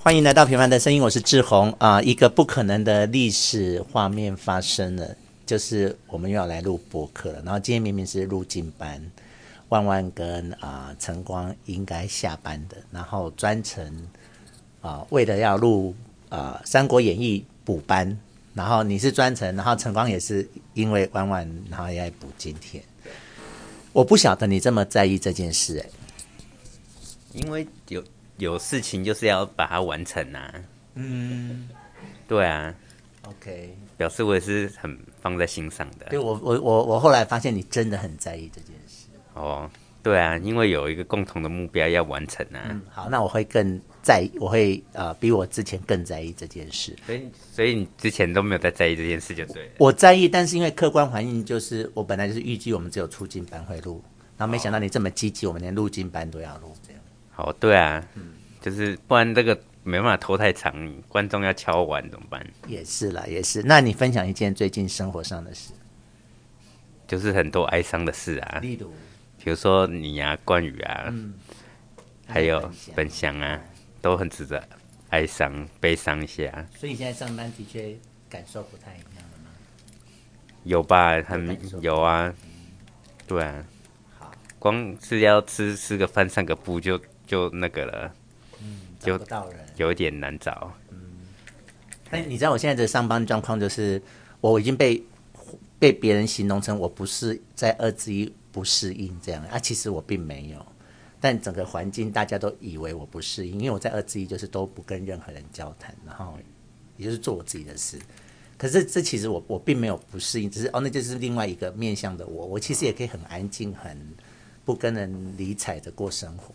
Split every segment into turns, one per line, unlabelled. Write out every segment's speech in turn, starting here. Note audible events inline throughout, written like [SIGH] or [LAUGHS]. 欢迎来到《平凡的声音》，我是志宏啊、一个不可能的历史画面发生了，就是我们又要来录博客了。然后今天明明是入境班，万万跟啊、晨光应该下班的，然后专程啊、为了要录啊、三国演义》补班，然后你是专程，然后晨光也是因为万万，然后也来补今天。我不晓得你这么在意这件事、哎，
因为有有事情就是要把它完成啊。嗯，对啊，
OK，
表示我也是很放在心上的
对。我我我我后来发现你真的很在意这件事。
哦，对啊，因为有一个共同的目标要完成啊，
嗯好，那我会更在意，我会呃比我之前更在意这件事。
所以所以你之前都没有在在意这件事就对了。
我在意，但是因为客观环境就是我本来就是预计我们只有出境班会录，然后没想到你这么积极，我们连入境班都要录，这样
好，对啊，
嗯
就是不然这个没办法拖太长，观众要敲完怎么办？
也是啦，也是。那你分享一件最近生活上的事，
就是很多哀伤的事啊，
例如
比如说你啊、关羽啊，
嗯
还有本乡啊，都很值得哀伤、悲伤一下、
所以你现在上班的确感受不太一样了吗？
有吧？他们
感受
有啊，对啊
好，
光是要吃吃个饭、散个步就就那个了，
找
有
不到人。
有一点难找。
但你知道我现在的上班状况就是，我已经被被别人形容成我不是在二之一不适应这样啊，其实我并没有。但整个环境大家都以为我不适应，因为我在二之一就是都不跟任何人交谈，然后也就是做我自己的事。可是这其实我我并没有不适应，只是哦，那就是另外一个面向的我。我其实也可以很安静、很不跟人理睬的过生活。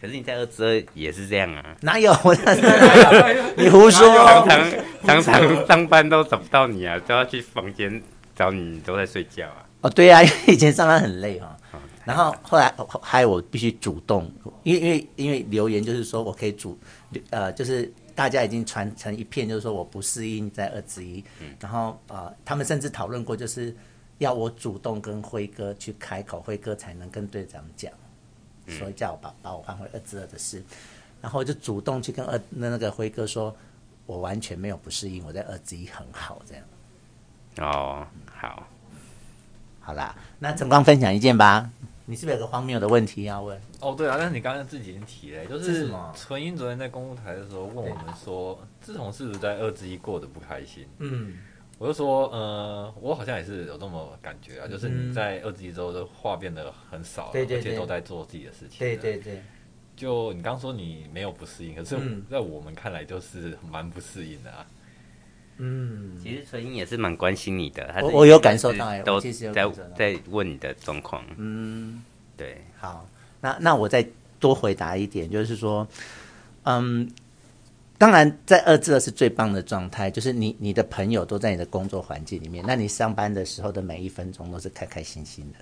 可是你在二十二也是这样啊，
哪有 [LAUGHS] 我哪有？你胡说！
常常 [LAUGHS] 常上班都找不到你啊，都要去房间找你，你都在睡觉啊。
哦，对啊，因为以前上班很累哈、哦。然后后来哦还有我必须主动，因为因为因为留言就是说我可以主，呃，就是大家已经传成一片，就是说我不适应在二之一，然后呃，他们甚至讨论过就是要我主动跟辉哥去开口，辉哥才能跟队长讲，所以叫我把把我换回二之二的事，然后我就主动去跟二那那个辉哥说，我完全没有不适应，我在二之一很好这样。
哦，好，
好啦，那晨光分享一件吧。你是不是有个荒谬的问题要问？
哦，对啊，但是你刚刚自己已经提了，就
这是什
是
么
纯英昨天在公务台的时候问我们说，志宏是不是在二之一过得不开心？
嗯，
我就说，呃，我好像也是有这么感觉啊，就是你在二之一之后的话变得很少了，
嗯对对对
而且都在做自己的事情。啊
对对。对，
就你刚说你没有不适应，可是
嗯
在我们看来就是蛮不适应的啊。
嗯，
其实纯英也是蛮关心你的，他
我我有感受到哎
都
我其实有
在
感受到
在问你的状况。嗯，对，
好，那那我再多回答一点，就是说，嗯，当然在二至二是最棒的状态，就是你你的朋友都在你的工作环境里面，那你上班的时候的每一分钟都是开开心心的。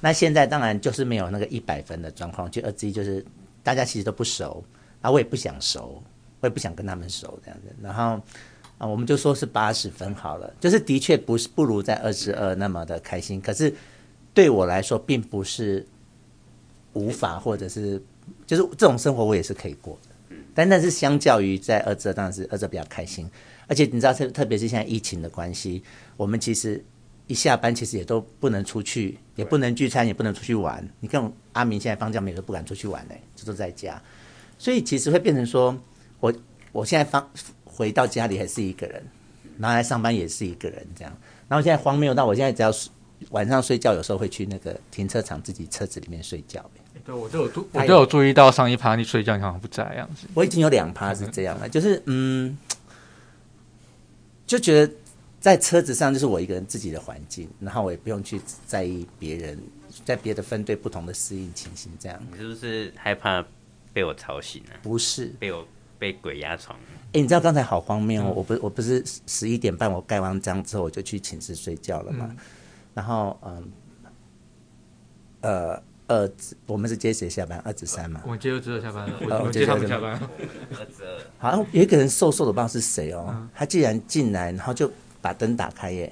那现在当然就是没有那个一百分的状况，就二之一就是大家其实都不熟，啊，我也不想熟，我也不想跟他们熟这样子，然后。啊，我们就说是八十分好了，就是的确不是不如在二十二那么的开心，可是对我来说并不是无法或者是就是这种生活我也是可以过的，但但是相较于在二浙，当然是二浙比较开心，而且你知道特特别是现在疫情的关系，我们其实一下班其实也都不能出去，也不能聚餐，也不能出去玩。你看阿明现在放假，我们也都不敢出去玩呢、就都在家，所以其实会变成说我我现在放回到家里还是一个人，然后来上班也是一个人这样，然后现在荒谬到我现在只要睡晚上睡觉，有时候会去那个停车场自己车子里面睡觉、欸
对，我就有注，
还
我
有
就有注意到上一趴你睡觉你好像不在样子。
我已经有两趴是这样了，就是嗯，就觉得在车子上就是我一个人自己的环境，然后我也不用去在意别人在别的分队不同的适应情形，这样
你是不是害怕被我吵醒啊？
不是。
被我被鬼压床？啊
哎，你知道刚才好荒谬哦！我不我不是十一点半我盖完章之后我就去寝室睡觉了嘛，然后嗯，呃。二子，我们是接谁下班？二至三嘛。
我接就知道下班了，
呃
我
我
我
接
接
下
他
班
们下班。
二十二，
好像有一个人瘦瘦的，不知道是谁哦，
嗯
他竟然进来，然后就把灯打开耶。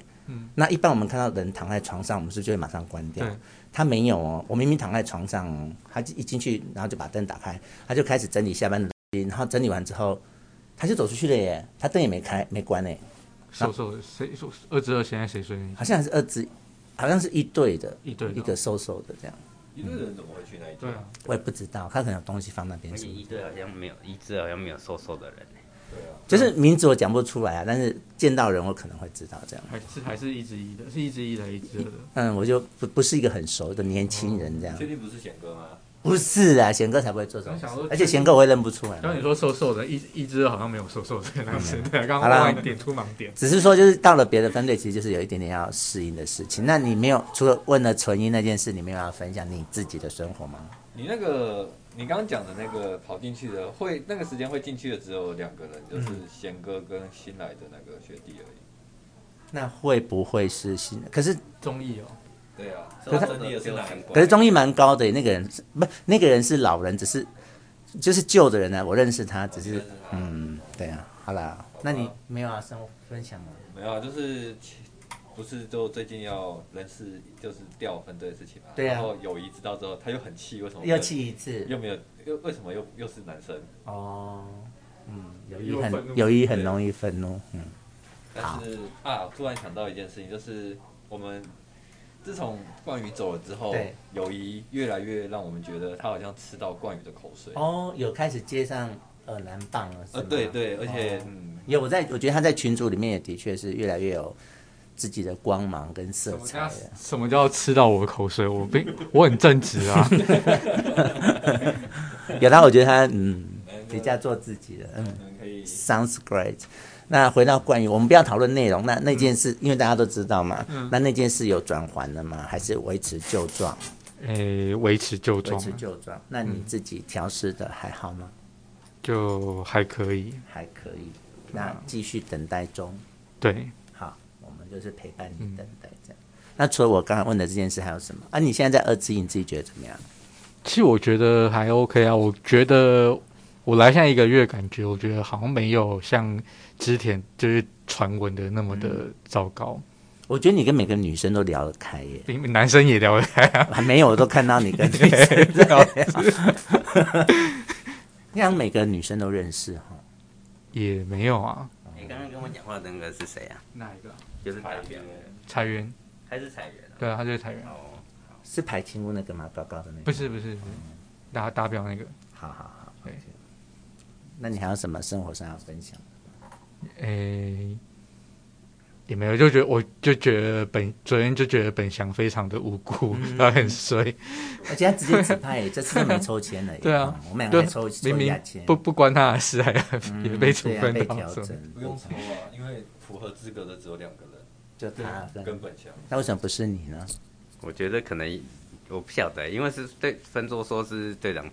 那一般我们看到人躺在床上，我们是不是就会马上关掉
嗯对。
他没有哦，我明明躺在床上哦，他一进去，然后就把灯打开，他就开始整理下班的然后整理完之后，他就走出去了耶，他灯也没开没关哎，
瘦瘦的谁说二之二现在谁睡那一
好像还是二字，好像是一对的，
一对的
一个瘦瘦的这样，
一堆人怎么会去那一
对啊，
我也不知道，他可能有东西放那边
而
是
且
不是
一队好像没有，一只好像没有瘦瘦的人欸。
就是名字我讲不出来啊，但是见到人我可能会知道这样。
还是还是一之一的，是一之一的，一之二的。
嗯，我就不不是一个很熟的年轻人这样。
确定不是贤哥吗？
不是啊，贤哥才不会做这种
想说
事，而且贤哥我会认不出来。
刚刚你说瘦瘦的，一一只好像没有瘦瘦的男生，对啊，刚
嗯好
刚
啦
帮你点出盲点。
只是说，就是到了别的分队，其实就是有一点点要适应的事情。那你没有除了问了纯一那件事，你没有要分享你自己的生活吗？
你那个你刚刚讲的那个跑进去的，会那个时间会进去的只有两个人，就是
嗯
贤哥跟新来的那个学弟而已。
那会不会是新？可是
综艺哦，
对啊，
是他
真的也是难
可
怪。
是综艺蛮高的耶，那个人是不，那个人是老人，只是就是旧的人啊呢、我认识他，只是嗯，对啊，好啦，那你没有啊，生分享吗？
没有啊，就是不是就最近要人事就是调分队的事情嘛？
对啊
然后友谊知道之后，他又很气，为什么没有
又气一次
又没有又为什么又又是男生？
哦，嗯，友谊
又愤怒
很友谊很容易愤怒，嗯，
但是啊，突然想到一件事情，就是我们自从冠宇走了之后
对，
友谊越来越让我们觉得他好像吃到冠宇的口水。
哦，有开始接上耳蓝棒了，是
呃，
吗
对对，而且、
哦
嗯，
有我在，我觉得他在群组里面也的确是越来越有自己的光芒跟色
什么
彩了
叫。什么叫吃到我的口水？我并 [LAUGHS] 我很正直
[LAUGHS]
啊，
有他，我觉得他嗯
那个
比较做自己的，嗯
我们可以
，sounds great。那回到关于我们不要讨论内容，那那件事、因为大家都知道嘛，那那件事有转圜了吗？还是维持旧状？
诶，维持旧啊
维
装
持旧状。那你自己调试的还好吗？
就还可以。
还可以。那继续等待中。
对，
好，我们就是陪伴你
嗯
等待这样。那除了我刚才问的这件事，还有什么？啊，你现在在二次你自己觉得怎么样？
其实我觉得还 OK 啊。我觉得我来现在一个月，感觉我觉得好像没有像之前就是传闻的那么
嗯
的糟糕，
我觉得你跟每个女生都聊得开
[LAUGHS]
耶，
比男生
[LAUGHS]
也聊得开啊。
还没有我都看到你跟女生在聊， [LAUGHS] 你好像每个女生都认识哈。
也没有啊。
你哎刚刚跟我讲话的那个是谁啊？
哪一个？
就是打表，
裁员？
还是裁员啊？
对啊，他就是裁员。
哦，
是排青屋那个吗？高高的那个？
不是不是不是，打打表那个。
好好好。
对
OK 那你还有什么生活上要分享？
诶、也没有，就觉得我就觉得本昨天就觉得本翔非常的无辜，
嗯
[LAUGHS] 他很衰，
而且他直接指派耶，这次都没抽签了耶。
对啊
嗯我们两
对
个还抽，抽
明
一下
明
签，
不不关他的事，还要
嗯
也被处
对啊
分
被
到
调
什么
整，
不用抽啊，因为符合资格的只有两个人，
就他
根
啊跟。
本强。
那为什么不是你呢？
我觉得可能我不晓得，因为是对分座说是队长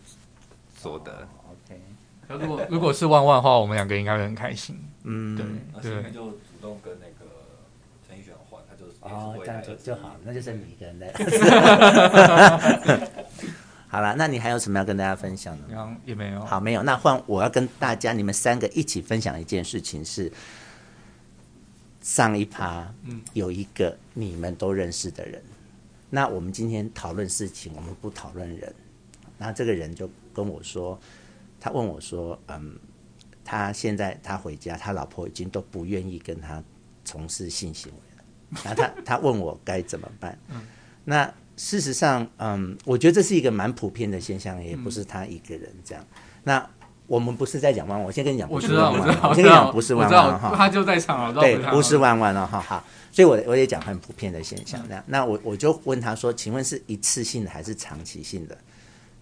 说的，
哦，OK，
然后如果如果是万万的话，我们两个应该会很开心。
嗯，
对
那新
对
宇，就主动跟那个陈奕迅换，他就是也
哦
是，会
这
来
样
的
就就好，那就剩你一个人在。 [LAUGHS] 好了，那你还有什么要跟大家分享呢？
然后也没有。
好，没有。那换我要跟大家，你们三个一起分享一件事情是，上一趴
嗯
有一个你们都认识的人，那我们今天讨论事情，我们不讨论人。然后这个人就跟我说，他问我说，嗯，他现在他回家，他老婆已经都不愿意跟他从事性行为了。然后他他 [LAUGHS] 问我该怎么办。
嗯
那事实上，嗯，我觉得这是一个蛮普遍的现象，也不是他一个人这样。那我们不是在讲汪汪，我先跟你讲，
我
不是
知道，
汪
我
汪我先
知道，我
跟你
知道，
讲，不是
我
汪
知道
汪哈，
他就在场了，我知道
对
不是，他
不是弯弯啊了哈哈。所以我我也讲很普遍的现象。
嗯
那那我我就问他说，请问是一次性的还是长期性的？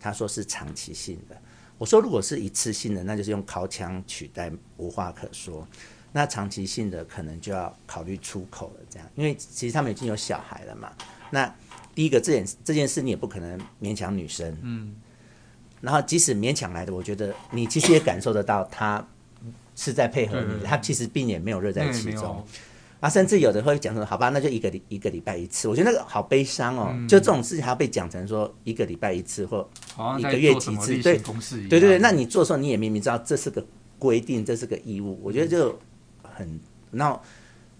他说是长期性的。我说如果是一次性的，那就是用靠枪取代，无话可说。那长期性的可能就要考虑出口了，这样，因为其实他们已经有小孩了嘛。那第一个这件这件事你也不可能勉强女生，嗯。然后即使勉强来的，我觉得你其实也感受得到他是在配合
对对
你，
对
他其实并也嗯没有热在
那也
其
哎没
中
有。。
啊，甚至有的会讲说，好吧，那就一个礼一个礼拜一次，我觉得那个好悲伤哦，就这种事情还要被讲成说一个礼拜一次或，
好像
一
在
个月
做什
几
么
次
例
对
行公事一样。
对对对，那你做的时候你也明明知道这是个规定，这是个义务，我觉得就很，那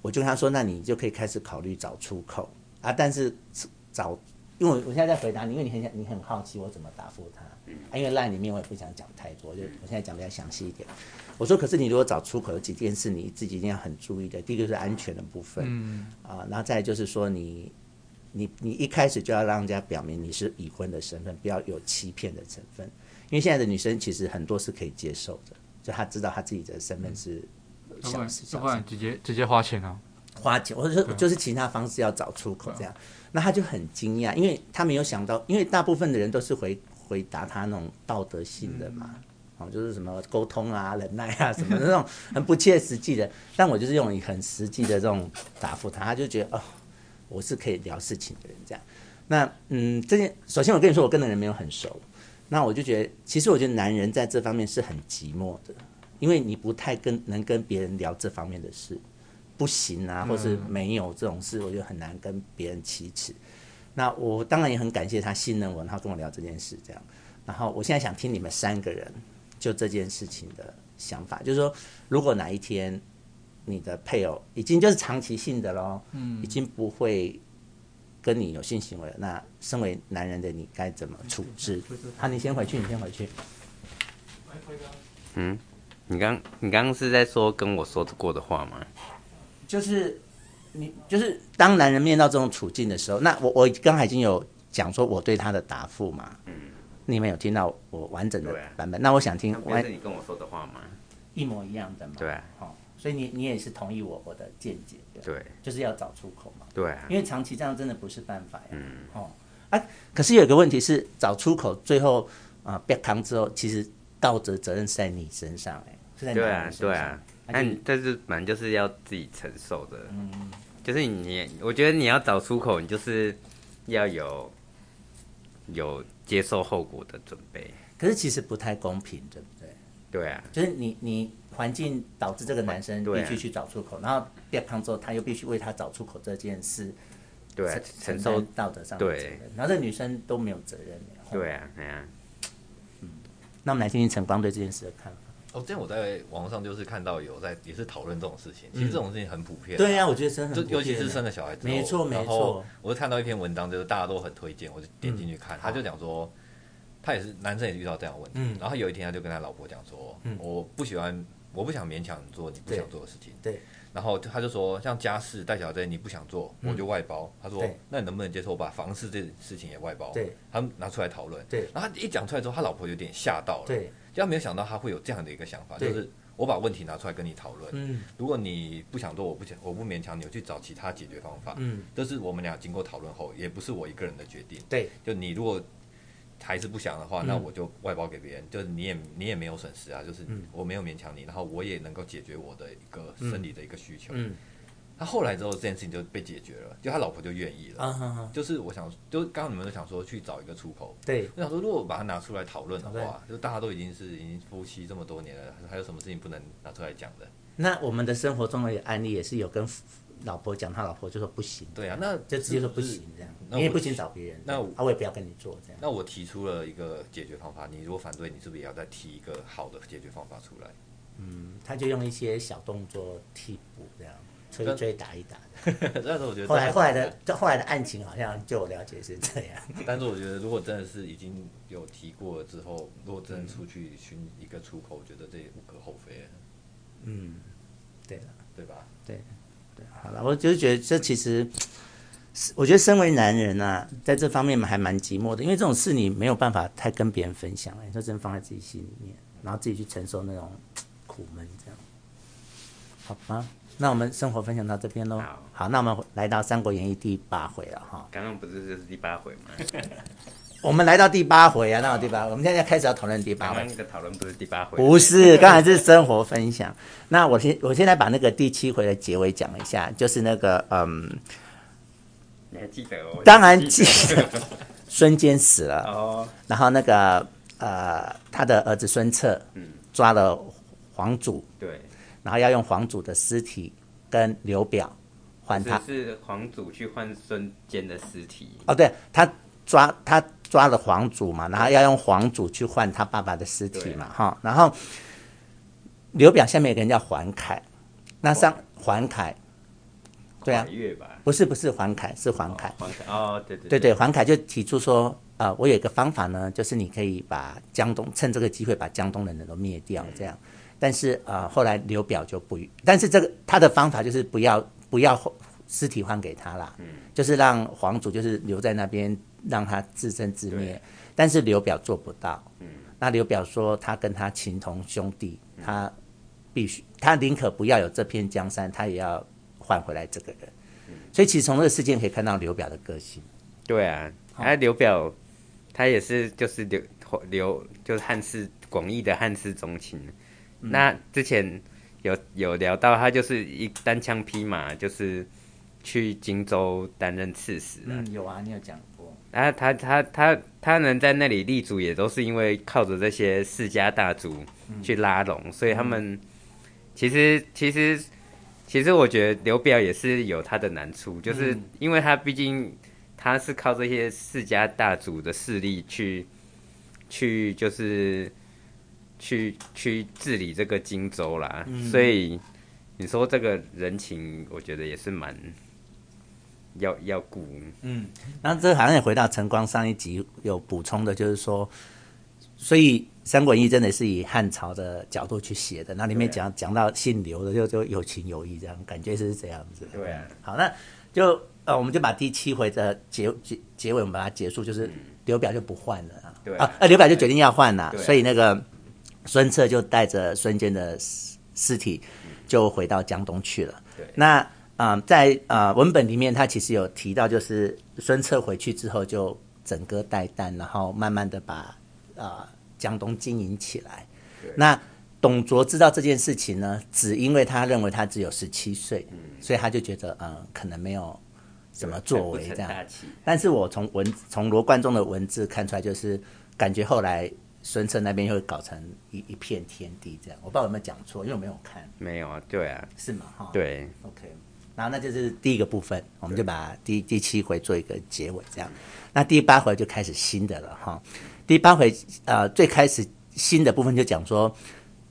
我就跟他说，那你就可以开始考虑找出口啊，但是找，因为我我现在在回答你，因为你很想你很好奇我怎么答复他，因为烂里面我也不想讲太多，就我现在讲比较详细一点。我说，可是你如果找出口，有几件事你自己一定要很注意的。第一个是安全的部分，
嗯
啊、然后再来就是说你，你你一开始就要让人家表明你是已婚的身份，不要有欺骗的成分，因为现在的女生其实很多是可以接受的，就她知道她自己的身份是
要不
小
然
是
要
小
不然直接直接花钱啊，
花钱，或者是就是其他方式要找出口这样，那他就很惊讶，因为他没有想到，因为大部分的人都是回回答他那种道德性的嘛，哦，就是什么沟通啊、忍耐啊什么的那种很不切实际的，但我就是用很实际的这种答复他，他就觉得哦，我是可以聊事情的人这样。那嗯，这件首先我跟你说，我跟的人没有很熟，那我就觉得，其实我觉得男人在这方面是很寂寞的，因为你不太跟能跟别人聊这方面的事，不行啊，或是没有这种事，我就很难跟别人启齿。那我当然也很感谢他信任我，然后跟我聊这件事这样。然后我现在想听你们三个人就这件事情的想法，就是说，如果哪一天你的配偶已经就是长期性的咯，嗯，已经不会跟你有性行为了，那身为男人的你该怎么处置？好，你先回去，你先回去。
嗯，你刚你刚刚是在说跟我说过的话吗？
就是你就是当男人面到这种处境的时候，那我我刚才已经有讲说我对他的答复嘛，嗯，你们有听到我完整的
对啊
版本？那我想听
那不
完
是你跟我说的话吗？
一模一样的嘛，
对啊
哦，所以你你也是同意我我的见解的，
对
就是要找出口嘛，
对啊，
因为长期这样真的不是办法呀，
嗯，
哦啊，可是有一个问题是找出口，最后啊被扛之后，其实道德责任是在你身上哎、是在你
对啊
身上
对啊，
那
那
就
你嗯但是反正就是要自己承受的，就是你，我觉得你要找出口，你就是要有有接受后果的准备，
可是其实不太公平，对不对？
对啊，
就是你你环境导致这个男生
对
必
啊
须去找出口，然后变胖之后他又必须为他找出口这件事
对啊
承，
承
承
受
担，哦道德上的责任，然后这女生都没有责任耶。哦
对啊，哎呀、
那我们来听听晨光对这件事的看法。
哦，之前我在网络上就是看到有在也是讨论这种事情，其实这种事情很普遍啊。
嗯对呀、我觉得真的
就
很
尤其是生
生
了小孩之后，
没错没
然
错
后，我就看到一篇文章，就是大家都很推荐，我就点进去看。他就讲说，他也是男生也是遇到这样的问题，
嗯
然后有一天他就跟他老婆讲说，
嗯
我不喜欢，我不想勉强你做你不
对
想做的事情。
对。
然后他就说，像家事带小孩这些你不想做，我就外包。他说
嗯对，
那你能不能接受我把房事这件事情也外包？
对，
他们拿出来讨论。
对
然后他一讲出来之后，他老婆有点吓到了，，
对，
就他没有想到他会有这样的一个想法，就
对
是我把问题拿出来跟你讨论，
嗯
如果你不想做，我不想，我不勉强你，我去找其他解决方法。
嗯，
这是我们俩经过讨论后，也不是我一个人的决定。
对，
就你如果还是不想的话，
嗯
那我就外包给别人，就是你也你也没有损失啊，就是
嗯
我没有勉强你，然后我也能够解决我的一个生理的一个需求。
嗯
他后来之后这件事情就被解决了，就他老婆就愿意了。
啊哈哈，
就是我想，就是刚刚你们都想说去找一个出口，
对
我想说，如果把它拿出来讨论的
讨论
话，就大家都已经是已经夫妻这么多年了，还有什么事情不能拿出来讲的？
那我们的生活中的案例也是有跟老婆讲，他老婆就说不行，
对啊，那
就直接说不
是是
行这样，
那
你也
我
不行找别人，
那我
啊我也不要跟你做这样。
那我提出了一个解决方法，你如果反对，你是不是也要再提一个好的解决方法出来？ [LAUGHS]
他就用一些小动作替补这样，吹一吹打一打。
但是我觉得，
后来后来的，这后来的案情好像就我了解是这样。
但是我觉得，如果真的是已经有提过了之后，如果真的出去寻一个出口，我觉得这也无可厚非，
嗯，对了，
对 [LAUGHS] 吧？
好了，我就是觉得这其实，是我觉得身为男人啊，在这方面还蛮寂寞的，因为这种事你没有办法太跟别人分享，你就真放在自己心里面，然后自己去承受那种苦闷这样。好吧，那我们生活分享到这边喽
好。
好，那我们来到《三国演义》第八回了哈。
刚刚不是就是第八回吗？
我们来到第八回啊，那我第八，我们现在开始要讨论第八
刚
回
刚。那个讨论不是第八回？
不
[LAUGHS]
是，刚才是生活分享。那我现我现在把那个第七回的结尾讲一下，就是那个嗯，
你还记得哦我？
当然记得孙坚死了，
哦，
然后那个呃，他的儿子孙策
嗯，
抓了皇祖，
对，
然后要用皇祖的尸体跟刘表换他。
是是皇祖去换孙坚的尸体，
哦，对他抓他抓了皇祖嘛，然后要用皇祖去换他爸爸的尸体嘛，哈。然后刘表下面有个人叫桓凯，那上桓凯对啊
跨越吧？
不是不是桓凯，是桓
哦
凯。
黄凯哦，对对
对对，，桓凯就提出说，呃，我有一个方法呢，就是你可以把江东趁这个机会把江东人都灭掉，这样。但是呃，后来刘表就不，但是这个他的方法就是不要不要尸体换给他
嗯
啦，就是让皇族就是留在那边让他自生自灭。但是刘表做不到，
嗯
那刘表说他跟他情同兄弟，他必须他宁可不要有这片江山，他也要换回来这个人。
嗯
所以其实从这个事件可以看到刘表的个性。
对啊，他刘
哦
表，他也是就是刘刘就是汉室广义的汉室宗亲。
嗯
那之前有有聊到，他就是一单枪匹马，就是去荆州担任刺史啊。
嗯，有啊，你有讲过。
然后啊他他他他能在那里立足，也都是因为靠着这些世家大族去拉拢，所以他们其实其实其实我觉得刘表也是有他的难处，就是因为他毕竟他是靠这些世家大族的势力去去就是去去治理这个荆州啦，所以你说这个人情，我觉得也是蛮要要顾。
然后这好像也回到晨光上一集有补充的，就是说，所以《三国演义》真的是以汉朝的角度去写的，那里面讲、讲到姓刘的就就有情有义，这样感觉是这样子。
对啊
好，那就呃，我们就把第七回的结结结尾，我们把它结束，就是刘表就不换了啊，
嗯对
啊，呃刘表就决定要换了、
对啊
所以那个孙策就带着孙坚的尸尸体就回到江东去了。
嗯对
那啊、呃在呃文本里面，他其实有提到，就是孙策回去之后就整个带弹，然后慢慢的把呃江东经营起来。那董卓知道这件事情呢，只因为他认为他只有十七岁，所以他就觉得嗯、呃可能没有什么作为这样。
大器
但是我从文从罗贯中的文字看出来，就是感觉后来孙策那边又搞成一一片天地这样。我不知道有没有讲错，因为我没有看，
没有啊，对啊，
是吗？哈，
对，
，OK。然后那就是第一个部分，我们就把第第七回做一个结尾这样。那第八回就开始新的了哈。第八回呃最开始新的部分就讲说。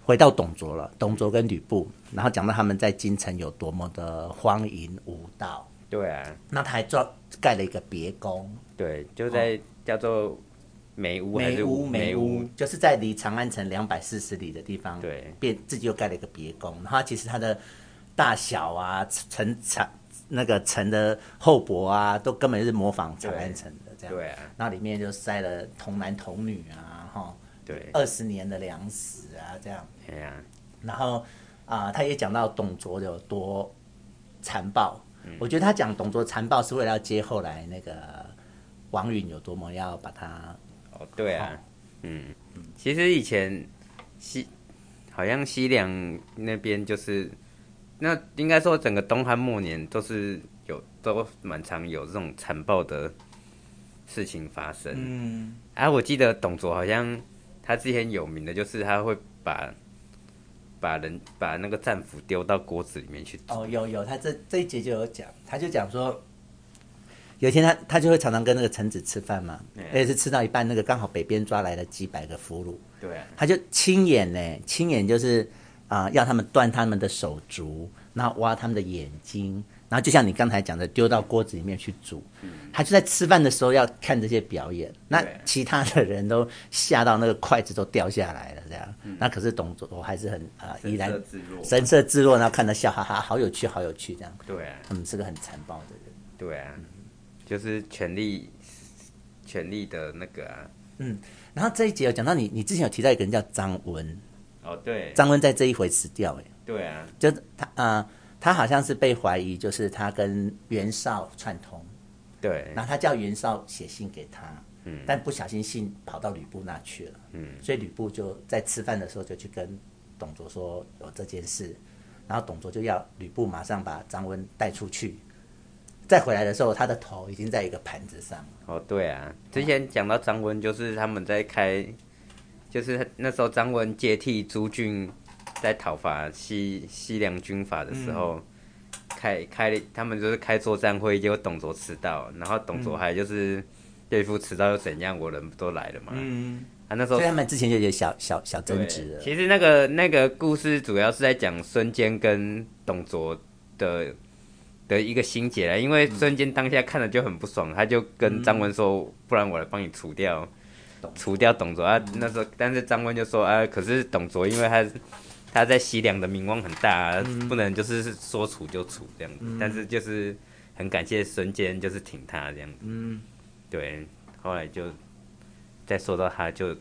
回到董卓了，董卓跟吕布，然后讲到他们在京城有多么的荒淫无道，
对啊，
那他还装盖了一个别宫，
对，就在叫做梅屋还
哦梅
是
屋，梅
梅
屋，就是在离长安城两百四十里的地方，
对
变自己又盖了一个别宫。然后它其实它的大小啊，城长那个城的厚薄啊，都根本就是模仿长安城的这样。
对啊，
那里面就塞了童男童女啊，哈，
对，
二十年的粮食啊，这样。
哎呀，
然后啊、他也讲到董卓有多残暴。
嗯
我觉得他讲董卓残暴是为了要接后来那个王允有多么要把他
哦，对啊，嗯，其实以前西好像西凉那边就是，那应该说整个东汉末年都是有都蛮常有这种残暴的事情发生。
嗯，
啊，我记得董卓好像他之前有名的就是他会把把人把那个战俘丢到锅子里面去煮。
哦，有有，他这这一节就有讲，他就讲说，有一天他他就会常常跟那个臣子吃饭嘛，
啊
而且是吃到一半，那个刚好北边抓来了几百个俘虏，
对啊，
他就亲眼呢，亲眼就是啊、要他们断他们的手足，然后挖他们的眼睛，然后就像你刚才讲的，丢到锅子里面去煮。他就在吃饭的时候要看这些表演，那
嗯对啊
其他的人都吓到那个筷子都掉下来了，这样。那可是董卓我还是很啊、依然
嗯色自若
神色自若，然后看他笑，哈哈，好有趣，好有趣，这样。
对啊，
他们是个很残暴的人。
对啊，就是权力权力的那个啊。
然后这一节有讲到你，你之前有提到一个人叫张温，
哦，对，
张温在这一回死掉、欸，
对啊，
就是他呃，他好像是被怀疑，就是他跟袁绍串通，
对
然后他叫袁绍写信给他，嗯，但不小心信跑到吕布那去了，嗯，所以吕布就在吃饭的时候就去跟董卓说有这件事，然后董卓就要吕布马上把张温带出去，再回来的时候，他的头已经在一个盘子上了，
哦，对啊，之前讲到张温，就是他们在开，就是那时候张温接替朱俊在讨伐西西凉军阀的时
嗯
候，开开了他们就是开作战会，结果董卓迟到，然后董
嗯
卓还就是对付迟到又怎样，我人不都来了嘛，嗯，啊那时候
所以他们之前就有小小小争执了，
其实那个那个故事主要是在讲孙坚跟董卓的的一个心结了，因为瞬间当下看了就很不爽，他就跟张文说，不然我来帮你除掉，除掉董卓啊。那时候，但是张文就说啊，可是董卓因为他他在西凉的名望很大、啊，不能就是说处就处这样子。但是就是很感谢孙坚，就是挺他这样子。
嗯，
对，后来就再说到他就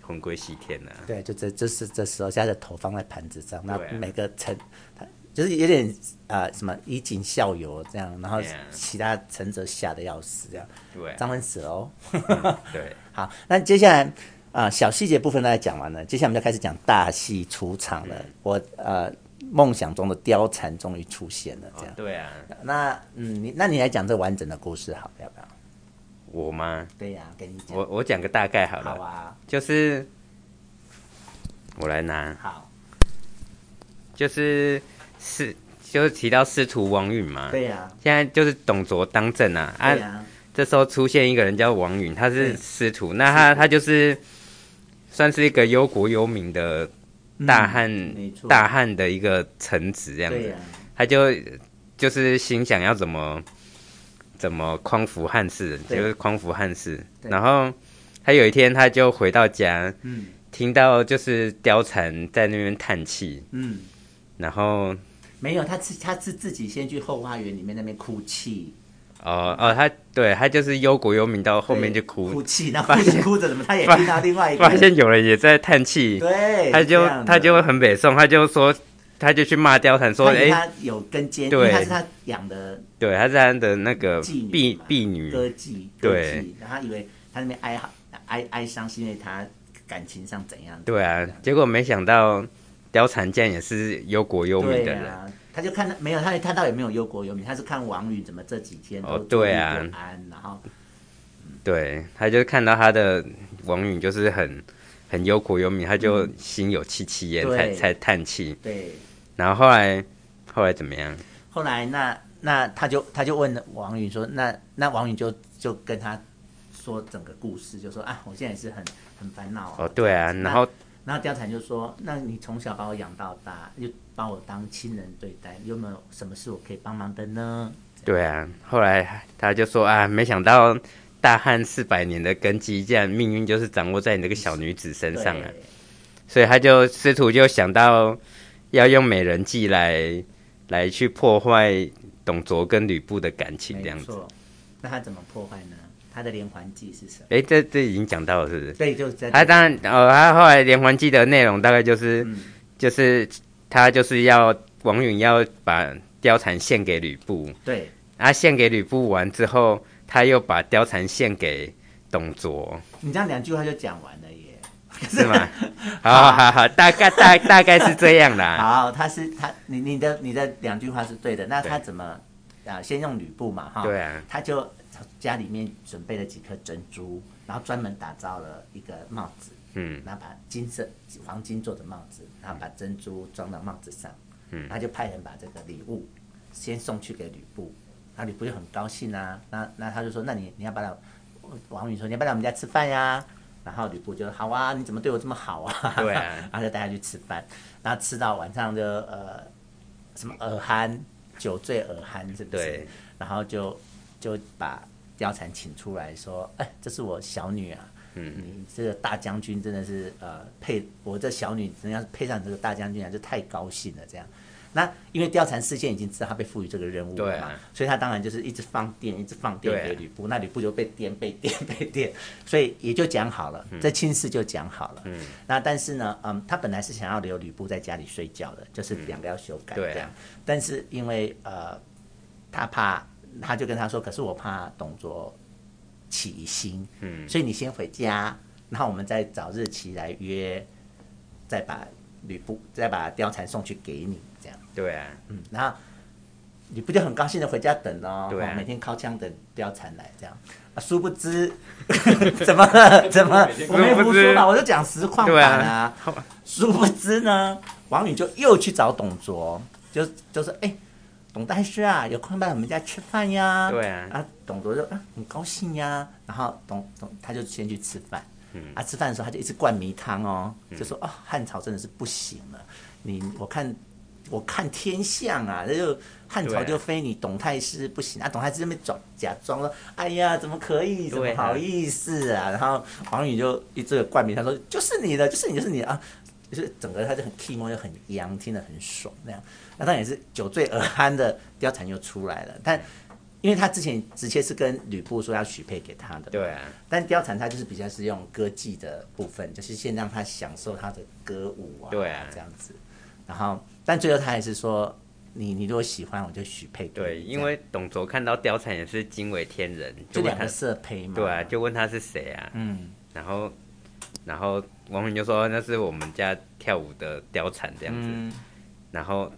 魂归西天了。
对，就这这是这时候，现在的头放在盘子上，那
对啊
每个臣他就是有点啊什么以儆效尤这样，然后
Yeah
其他臣则吓得要死这样。
啊对嗯啊，
张文死了哦。
对，
好，那接下来啊、呃小细节部分大家讲完了，接下来我们就开始讲大戏出场了。我呃梦想中的貂蝉终于出现了，这样。
对啊，
那嗯，你那你来讲这完整的故事好了，要不要？
我吗？
对呀、给你讲。
我我讲个大概好了，
好啊，
就是我来拿，
好，
就是是就是提到司徒王允嘛，
对呀、
现在就是董卓当政啊，啊
对呀、
这时候出现一个人叫王允，他是
嗯
师徒，那他他就是算是一个忧国忧民的
嗯
大汉、
没错
大汉的一个臣子这样
对
子，
呀、
他就就是心想要怎么怎么匡扶汉室，
对
就是匡扶汉室。
对
然后他有一天他就回到家，
嗯
听到就是貂蝉在那边叹气，
嗯，
然后
没有，他是他是自己先去后花园里面那边哭泣，
哦哦，他对他就是忧国忧民，到后面就
对
哭
哭，泣，然后哭着哭着怎么他也
发
听到另外一个，
发现有人也在叹气，
对，
他
这
就
样的
他就很北宋，他就说他就去骂貂蝉说，
他以为
哎、
他有跟监，因
对
为他是他养的
对，他是他的那个
妓女
婢
嘛
婢女，
歌妓，歌妓，
对
然后他以为他那边哀嚎哀哀伤是因为他感情上怎样，
对啊，结果没想到貂蝉竟然也是忧国忧民
对
的人，
啊，他就看到没有他他倒也没有忧国忧民，他是看王允怎么这几天
哦
都
对啊
坐立不安，然后
对，他就看到他的王允就是很很忧国忧民，他就心有戚戚焉，
对
才才叹气。
对，
然后后来后来怎么样？
后来那那他就他就问王允说，那那王允就就跟他说整个故事，就说啊，我现在也是很很烦恼啊
哦，对啊，
这样子
然后
那然后貂蝉就说，那你从小把我养到大，又把我当亲人对待，有没有什么事我可以帮忙的呢？
对啊，后来他就说啊，没想到大汉四百年的根基，竟然命运就是掌握在你这个小女子身上啊。
对
所以他就师徒就想到要用美人计来来去破坏董卓跟吕布的感情，这样
没
子。
错，那他怎么破坏呢？他的连环计是什么？
哎，这这已经讲到了，是不是？
对，就是在
他当然，呃，他后来连环计的内容大概就是，
嗯
就是他就是要王允要把貂蝉献给吕布，
对
啊，献给吕布完之后，他又把貂蝉献给董卓，
你这样两句话就讲完了耶。[LAUGHS]
是吗？好好好，大概大大概是这样啦。
好，他是他，你你的你的两句话是对的。那他怎么啊？先用吕布嘛，哈，
对啊，
他就家里面准备了几颗珍珠，然后专门打造了一个帽子，
嗯，
然后把金色黄金做的帽子，然后把珍珠装到帽子上，嗯，他就派人把这个礼物先送去给吕布，然后吕布就很高兴啊，那那他就说，那你你要不要来？王允说你要不要来我们家吃饭呀、然后吕布就好啊，你怎么对我这么好啊？
对啊
[LAUGHS] 然后就带他去吃饭，然后吃到晚上就呃什么耳酣，酒醉耳酣，是不是？
对
然后就就把貂蝉请出来说：“哎，这是我小女啊，嗯，你这个大将军真的是呃配我这小女，真的要是配上你这个大将军啊，就太高兴了。”这样。那因为貂蝉事先已经知道她被赋予这个任务
对
了嘛，
啊
所以她当然就是一直放电，一直放电
对啊
给吕布，那吕布就被电被电被电，所以也就讲好了，这亲事就讲好了。嗯，那但是呢，嗯，他本来是想要留吕布在家里睡觉的，就是两个要修改
对啊
这样，但是因为呃他怕，他就跟他说：“可是我怕董卓起疑心，嗯，所以你先回家，然后我们再找日期来约，再把吕布再把貂蝉送去给你，这样，
对啊，
嗯，然后吕布就很高兴的回家等哦，
对啊
哦每天靠枪等貂蝉来这样。”啊，殊不知， [LAUGHS] 怎么了？怎么了？我没胡说吧，我就讲实况
对
版
啊
啊。，殊不知呢，王允就又去找董卓，就就说：“哎、董大师啊，有空来我们家吃饭呀？”
对啊
啊，董卓就啊很高兴呀，然后董董他就先去吃饭，啊，吃饭的时候他就一直灌迷汤哦，就说：“哦，汉朝真的是不行了，你我看我看天象啊，那就汉
对
朝
啊
就非你董太师不行啊，董太师在那边装假装说，哎呀，怎么可以，怎
对
么
啊
好意思啊？然后王允就一这个冠名，他说就是你的，就是你，就是你啊，就是整个他就很 k 梦，就很洋，听得很爽那样。那当然也是酒醉而酣的貂蝉又出来了，但因为他之前直接是跟吕布说要许配给他的，
对啊，
但貂蝉她就是比较是用歌技的部分，就是先让她享受她的歌舞啊，
对啊
这样子。然后，但最后她还是说，你你如果喜欢，我就许配给你。
对，
这样
因为董卓看到貂蝉也是惊为天人，
就
就问
两
他
个，色胚嘛，
对啊，就问他是谁啊，
嗯，
然后然后王允就说那是我们家跳舞的貂蝉
这
这样子，然后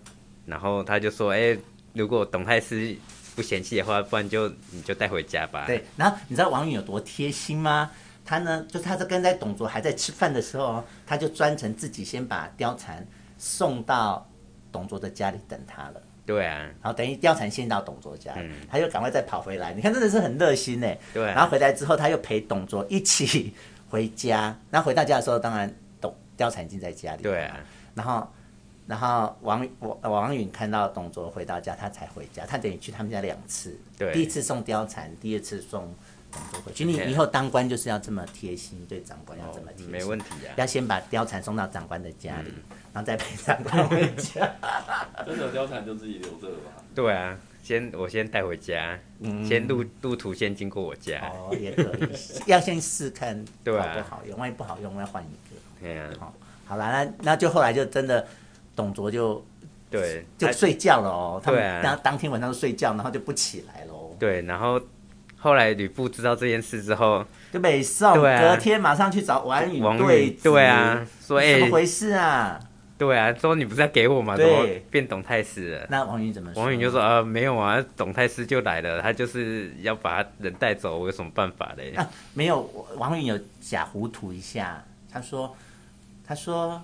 然后他就说，哎、如果董太师不嫌弃的话，不然就你就带回家吧。
对，然后你知道王允有多贴心吗？他呢，就是他在跟在董卓还在吃饭的时候哦，他就专程自己先把貂蝉送到董卓的家里等他了。
对啊，
然后等于貂蝉先到董卓家，
嗯
他就赶快再跑回来。你看，真的是很热心哎。
对啊
然后回来之后，他又陪董卓一起回家。然后回到家的时候，当然董貂蝉已经在家里。
对。啊，
然后，然后王王王允看到董卓回到家，他才回家。他等于去他们家两次，
对啊
第一次送貂蝉，第二次送董卓回去。你
对
以后当官就是要这么贴心，对长官要这么贴心。
没问题嗯啊。
要先把貂蝉送到长官的家里，然后再陪长官回家。
真的貂蝉就自己留着了吧？
对啊，先我先带回家， [LAUGHS] 先路路途先经过我家。
嗯哦，也可以，要先试看好
对啊
不好用，万一不好用，要换一
对啊
个。，好，哦好啦，那那就后来就真的，董卓就
对，啊
就
他
睡觉了哦，他
哎对啊
们当当天晚上就睡觉，然后就不起来哦喽，
对，然后后来吕布知道这件事之后，
就北宋，
对啊
隔天马上去找王允
王
对
允
质
对啊，，说哎
怎，么回事啊？
对啊，说你不是要给我吗？怎
对
么变董太师了？
那王允怎么说？
王允就说呃没有啊，董太师就来了，他就是要把他人带走，我有什么办法嘞？
啊，没有，我王允有假糊涂一下，他说，他说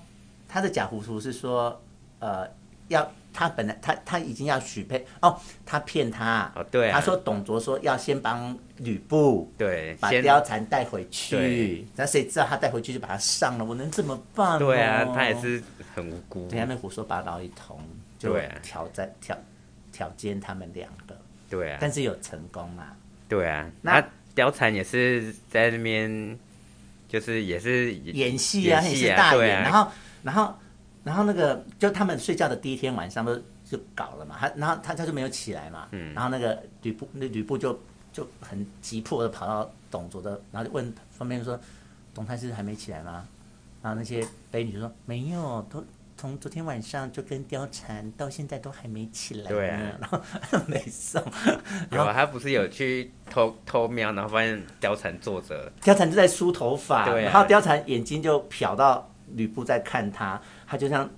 他的假糊涂是说，呃，要他本来他他已经要许配哦，他骗他，
哦对啊
他说董卓说要先帮吕布
对，
把
先
貂蝉带回
对
去，那谁知道他带回去就把他上了，我能怎么办、哦
对啊，他也。是很无辜
对，他啊们胡说八道一通，就
对啊
挑战挑挑奸他们两个，
对啊，
但是有成功嘛？
对啊，
那
那貂蝉也是在那边，就是也是
演戏啊，也
演
是
戏啊，
大
对
演。
啊、
然后，然后，然后那个就他们睡觉的第一天晚上不是就搞了嘛，他然后他他就没有起来嘛，
嗯
然后那个吕布那吕布就就很急迫的跑到董卓的，然后就问方便说，董太师还没起来吗？然后那些婢女就说没有，都从昨天晚上就跟貂蝉到现在都还没起来呢。
对啊
然后 [LAUGHS] 没送，
有啊，他不是有去偷偷瞄，然后发现貂蝉坐着，
貂蝉就在梳头发，
对啊
然后貂蝉眼睛就瞟到吕布在看他，他就像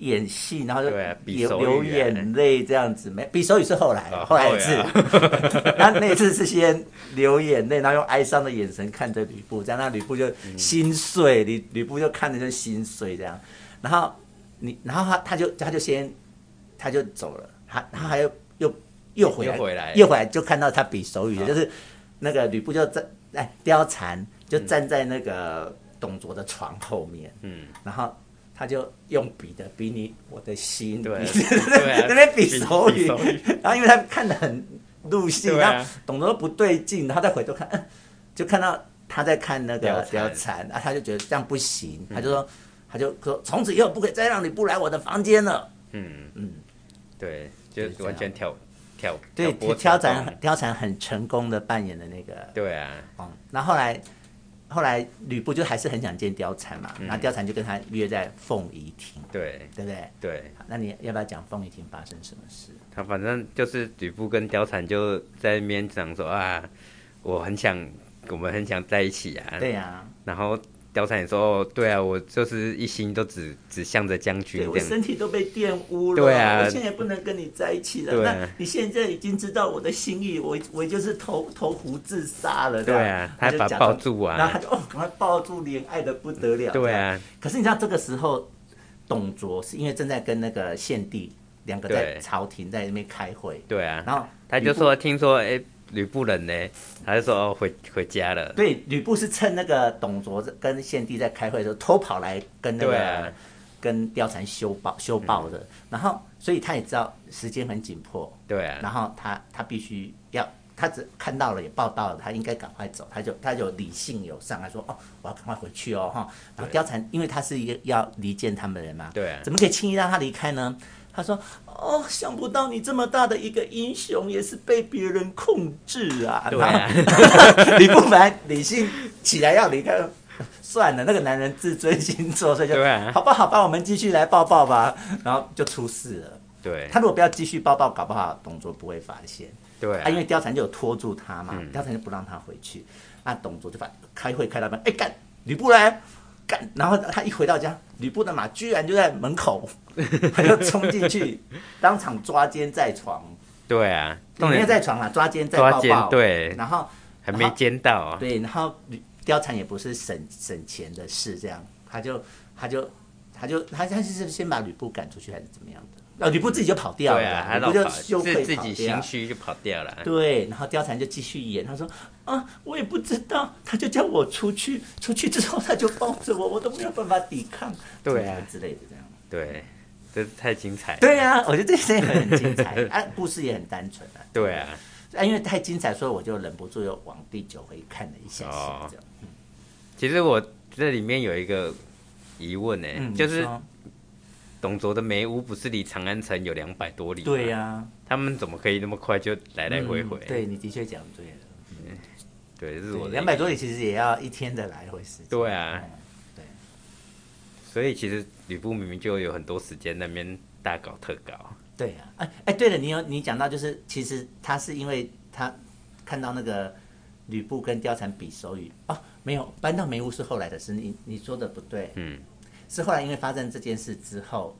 演戏，然后就
对啊比
流
手语啊
流眼泪这样子。没比手语是后来，
哦
后来一
后
次
来啊，
他 [LAUGHS] 那一次是先流眼泪，然后用哀伤的眼神看着吕布，这样那吕布就心碎，吕吕布就看着就心碎这样。然后你，然后他他就他就先他就走了，他他还又又又回来，
又回来
又回来就看到他比手
啊
语的，就是那个吕布就站，哎，貂蝉就站在那个董卓的床后面，
嗯，
然后他就用笔的比你我的心，
对
[LAUGHS] 比
对啊
那边比手
比
语
手语，
然后因为他看得很入戏，
对啊
然后董卓不对劲，然后再回头看，嗯就看到他在看那个
貂嗯
貂蝉，啊，他就觉得这样不行，他就说，他就说从此以后不可以再让吕布来我的房间了。
嗯
嗯，
对，就
对这样
完全跳跳
对，
跳拨
貂
跳
蝉
动
貂蝉很成功的扮演的那个
对啊，
哦，那后来后来吕布就还是很想见貂蝉嘛，
嗯
那、貂蝉就跟他约在凤仪亭，
对
对不对？
对，
好那你要不要讲凤仪亭发生什么事？
他反正就是吕布跟貂蝉就在那边讲说啊，我很想，我们很想在一起啊，
对呀、
然后。貂蝉也说：“哦，对啊，我就是一心都只只向着将军
对
这
我
样子。
身体都被玷污了，
对啊
我现在也不能跟你在一起了。
对啊
那你现在已经知道我的心意，我我就是投投湖自杀了。
对啊
这样
他还
就
把
假装
抱住啊
然后他就哦，赶快抱住脸，爱的不得了。
对
这样
啊，
可是你知道这个时候，董卓是因为正在跟那个献帝两个在
对
朝廷在那边开会，
对啊，
然后
他
吕
就
布
说听说哎吕布人呢，他就说哦回回家了，
对，吕布是趁那个董卓跟献帝在开会的时候偷跑来跟那
对
个
啊
跟貂蝉修报修报的，然后所以他也知道时间很紧迫，
对啊，
然后他他必须要，他只看到了也报道了，他应该赶快走，他就他就理性有上来说哦，我要赶快回去哦哈。然后貂蝉因为他是一个要离间他们的人嘛，
对啊
怎么可以轻易让他离开呢？他说：“哦，想不到你这么大的一个英雄，也是被别人控制啊！”
对啊
然后 [LAUGHS] 李不凡理性起来要离开，算了，那个男人自尊心作祟，就
对啊
好吧，好吧，我们继续来抱抱吧。然后就出事了。
对啊
他如果不要继续抱抱，搞不好董卓不会发现
对
啊，因
啊，
为貂蝉就有拖住他嘛，
嗯
貂蝉就不让他回去，那董卓就把开会开到一半，哎干，吕布来干，然后他一回到家，吕布的马居然就在门口，他就冲进去，当场抓奸在床，
对啊，
没有在床啊，抓奸在
抓
抱
奸
抱，，
对，
然后
还没奸到啊，
对，然后吕貂蝉也不是省省钱的事，这样，他就他就他就他他是先把吕布赶出去还是怎么样的？哦，吕布自己就跑掉了
对
啦，
啊，他
吕
老
布就
跑，
羞
自
愧
自
跑
己
掉
心。虚就跑掉了，
对，然后貂蝉就继续演，她说：“啊，我也不知道，他就叫我出去，出去之后他就抱着我，我都没有办法抵抗，
对啊
之类的这样。
对，这太精彩了，
对啊，我觉得这些很精彩， [LAUGHS] 啊，故事也很单纯啊。
对啊，
啊，因为太精彩，所以我就忍不住又往第九回看了一下
哦
下，这样。
其实我这里面有一个疑问呢、
嗯，
就
你
是
说
董卓的梅屋不是离长安城有两百多里？
对、呀、啊
他们怎么可以那么快就来来回回？
嗯对你的确讲对了。
对，这是我的
两百多
疑
里其实也要一天的来回时间。
对啊
嗯，
问，所以其实吕布明明就有很多时间那边大搞特搞，
对啊，哎哎，对了，你有你讲到就是，其实他是因为他看到那个吕布跟貂蝉比手语哦，没有搬到梅屋是后来的事，你你说的不对，
嗯，
是后来因为发生这件事之后，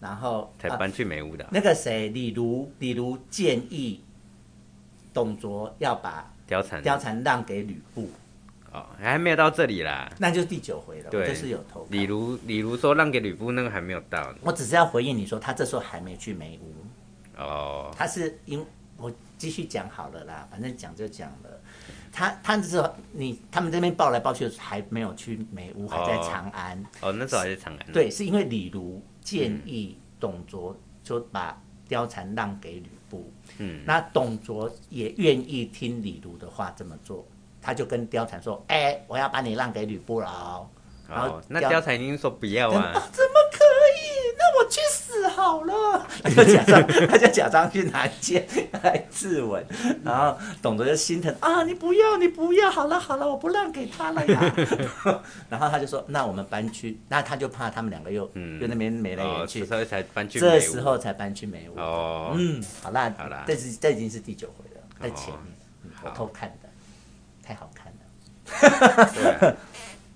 然后
才
啊
搬去梅屋的啊、
那个谁李儒李儒建议董卓要把
貂蝉
貂蝉让给吕布，
哦，还没有到这里啦。
那就是第九回了，我
对
就是有投稿
李儒李儒说让给吕布那个还没有到
我只是要回应你说，他这时候还没去梅屋，
哦，
他是因我继续讲好了啦，反正讲就讲了。他他那时候你他们这边抱来抱去的时候还没有去梅屋，还在长安。
哦，那时候还是长安。
对，是因为李儒建议董卓就把貂蝉让给吕布，
嗯，
那董卓也愿意听李儒的话这么做，他就跟貂蝉说：“哎、我要把你让给吕布了哦。”然后
哦，那
貂
貂蝉已经说不要啊，
怎么可以？那我去死好了！ [LAUGHS] 他就假装，他就假装去拿剑来自刎，然后董卓就心疼啊，你不要，你不要，好了好了，我不让给他了呀。 [LAUGHS] 然后他就说，那我们搬去，那他就怕他们两个又、
嗯
又那边眉来
哦，
眼
这
去，
时候才搬去梅屋。
这时候才搬去梅屋。
哦，
嗯，好啦，
好啦哦
这是这已经是第九回了，在前面，嗯我
好
偷看的，太好看了。
对啊。 [LAUGHS]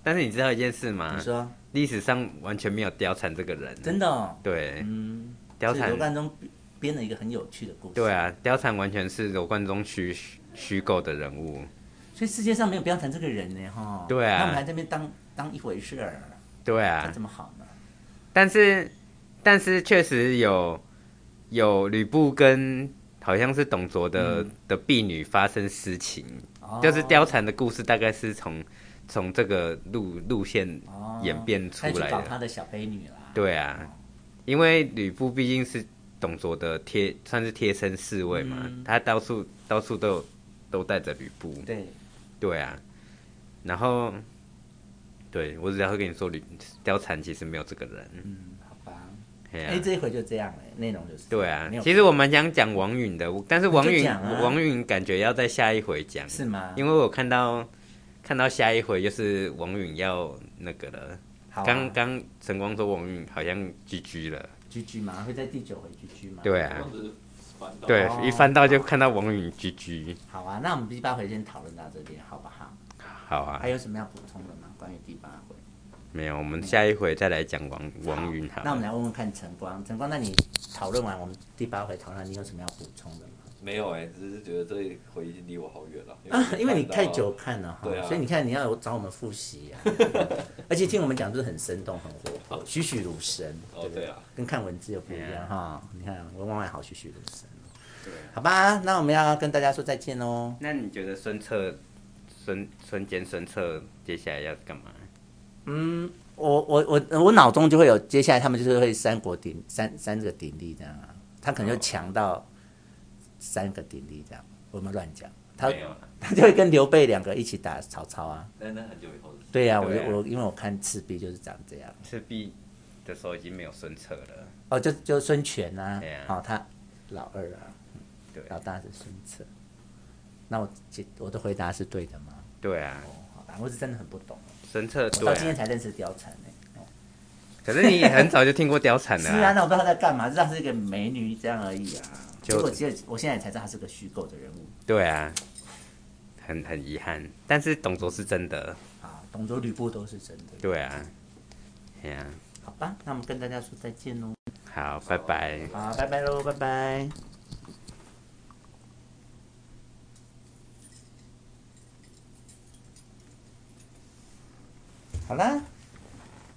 但是你知道一件事吗？
你说
历史上完全没有貂蝉这个人。
真
的？
的、哦？
对，
嗯，
貂
是罗
蝉。
贯中编了一个很有趣的故事。
对啊，貂蝉完全是罗贯中虚虚构的人物。
所以世界上没有貂蝉这个人呢，哈。
对啊
那我们还在那边当当一回事儿，
对
还
啊
这，么好呢？
但是但是确实有有吕布跟好像是董卓的、的婢女发生私情，
哦
就是貂蝉的故事大概是从从这个路路线
哦
演变出
他
来
去搞
的。
他的小飞女啦。
对啊，因为吕布毕竟是董卓的贴，算是贴身侍卫嘛，
嗯
他到处到处都有都带着吕布。
对，
对啊，然后，对我只要会跟你说，吕貂蝉其实没有这个人。
嗯，好吧。
嘿啊
哎，这一回就这样了，内容就是这
对
样
啊
没，有
其实我蛮想讲王允的，但是王
你就
允、
讲啊
王允感觉要在下一回讲，
是吗？
因为我看到看到下一回就是王允要那个了。
好啊
刚刚晨光说王允好像 GG 了，
居居嘛，会在第九回居居嘛。，
对
这
啊
样，子反倒
对
哦，
一翻到就看到王允 GG，
好啊，那我们第八回先讨论到这边，好不好？
好啊
还，有什么要补充的吗？关于第八回？
没有，我们下一回再来讲王王允好
那我们
了。
来问问看晨光，晨光，那你讨论完我们第八回讨论，你有什么要补充的吗？
没有哎、只是觉得这一回已经离我好远了。
啊，因为你
看到
太久看了哈
对，啊
所以你看你要找我们复习
[LAUGHS]
呀、而且听我们讲就是很生动、很活泼，栩栩如生，
哦
对不
对啊
跟看文字又不一样哈。你看文王外好栩栩如生，
对
好吧，那我们要跟大家说再见哦喽。
那你觉得孙策、孙孙坚、孙策接下来要干嘛？
嗯，我我我我脑中就会有接下来他们就是会三国鼎三三个鼎立这样啊，他可能
哦
就强到三个鼎立这样，我们乱讲，他
没有
啊
了，
他就会跟刘备两个一起打曹操啊，
那那很久以后的事。
对呀、我
对啊
就我因为我看赤壁就是长这样，
赤壁的时候已经没有孙策了，
哦就就孙权啊
对啊，
哦他老二啊，
对
老大是孙策，那我这我的回答是对的吗？
对啊，
哦，好吧，我是真的很不懂，
孙策
我
对
到今天
啊，
才认识貂蝉呢、哦
可是你也很早就听过貂蝉
[LAUGHS] 是
了
啊，
啊，
那我不知道她在干嘛，知道她是一个美女这样而已啊。
就
结果其实我现在才知道她是个虚构的人物
对啊，很很遗憾，但是董卓是真的，
啊，董卓、吕布都是真的。
对啊，哎呀、
好吧，那我们跟大家说再见喽，
好，拜拜。
好，拜拜喽，拜拜。好啦，